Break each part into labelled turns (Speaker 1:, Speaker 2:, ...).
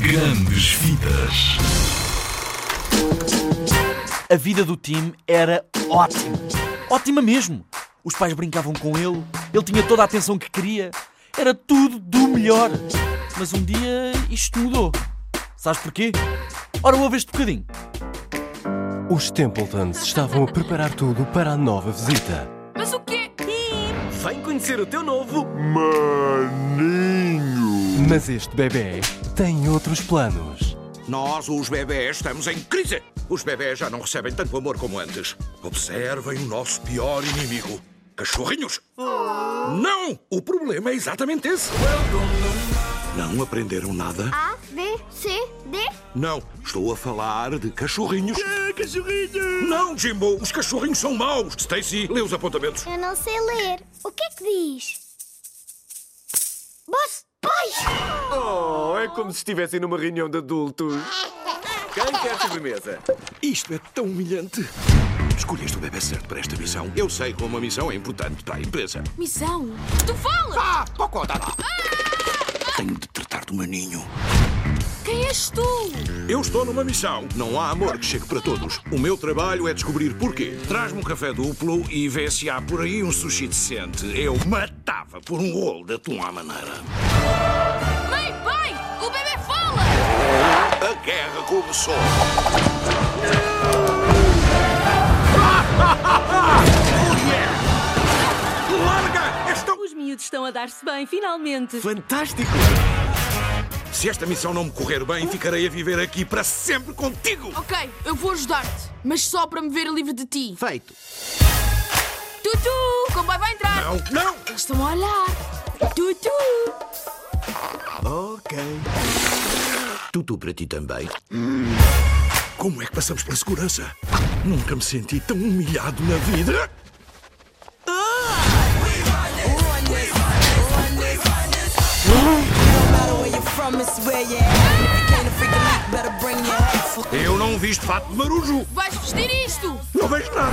Speaker 1: Grandes Vidas.
Speaker 2: A vida do Tim era ótima. Ótima mesmo. Os pais brincavam com ele, ele tinha toda a atenção que queria. Era tudo do melhor. Mas um dia isto mudou. Sabes porquê? Ora, ouve este bocadinho.
Speaker 3: Os Templetons estavam a preparar tudo para a nova visita.
Speaker 4: Mas o quê?
Speaker 5: Vem conhecer o teu novo.
Speaker 3: Mas este bebê tem outros planos.
Speaker 6: Nós, os bebés, estamos em crise. Os bebés já não recebem tanto amor como antes. Observem o nosso pior inimigo: cachorrinhos. Não! O problema é exatamente esse. Não aprenderam nada?
Speaker 7: A, B, C, D.
Speaker 6: Não. Estou a falar de cachorrinhos. É, cachorrinhos! Não, Jimbo, os cachorrinhos são maus. Stacy, lê os apontamentos.
Speaker 7: Eu não sei ler. O que é que diz? Boss, pois!
Speaker 5: Oh, é como se estivessem numa reunião de adultos. Quem quer sobremesa?
Speaker 6: Isto é tão humilhante. Escolheste o bebê certo para esta missão. Eu sei como a missão é importante para a empresa.
Speaker 4: Missão? Tu falas?
Speaker 6: Ah, Pocó, dá lá. Tenho de tratar do maninho.
Speaker 4: Quem és tu?
Speaker 6: Eu estou numa missão. Não há amor que chegue para todos. O meu trabalho é descobrir porquê. Traz-me um café duplo e vê se há por aí um sushi decente. Eu matava por um rolo da tua maneira.
Speaker 4: Mãe, pai! O bebê fala!
Speaker 6: A guerra começou. Oh, yeah! Larga! Esta...
Speaker 8: Os miúdos estão a dar-se bem, finalmente.
Speaker 5: Fantástico!
Speaker 6: Se esta missão não me correr bem, ficarei a viver aqui para sempre contigo.
Speaker 4: Ok, eu vou ajudar-te, mas só para me ver livre de ti.
Speaker 5: Feito.
Speaker 4: Tutu! O comboio vai entrar!
Speaker 6: Não, não!
Speaker 4: Eles estão a olhar! Tutu!
Speaker 5: Ok.
Speaker 6: Tutu para ti também. Como é que passamos pela segurança? Nunca me senti tão humilhado na vida. Eu não visto fato de marujo.
Speaker 4: Vais vestir isto!
Speaker 6: Não vejo nada.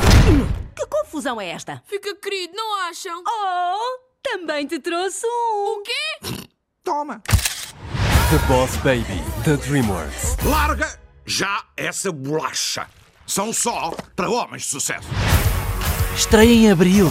Speaker 8: Que confusão é esta?
Speaker 4: Fica querido, não acham?
Speaker 8: Oh, também te trouxe um.
Speaker 4: O quê?
Speaker 3: The Boss Baby, da DreamWorks.
Speaker 6: Larga já essa bolacha. São só para homens de sucesso.
Speaker 2: Estreia em abril.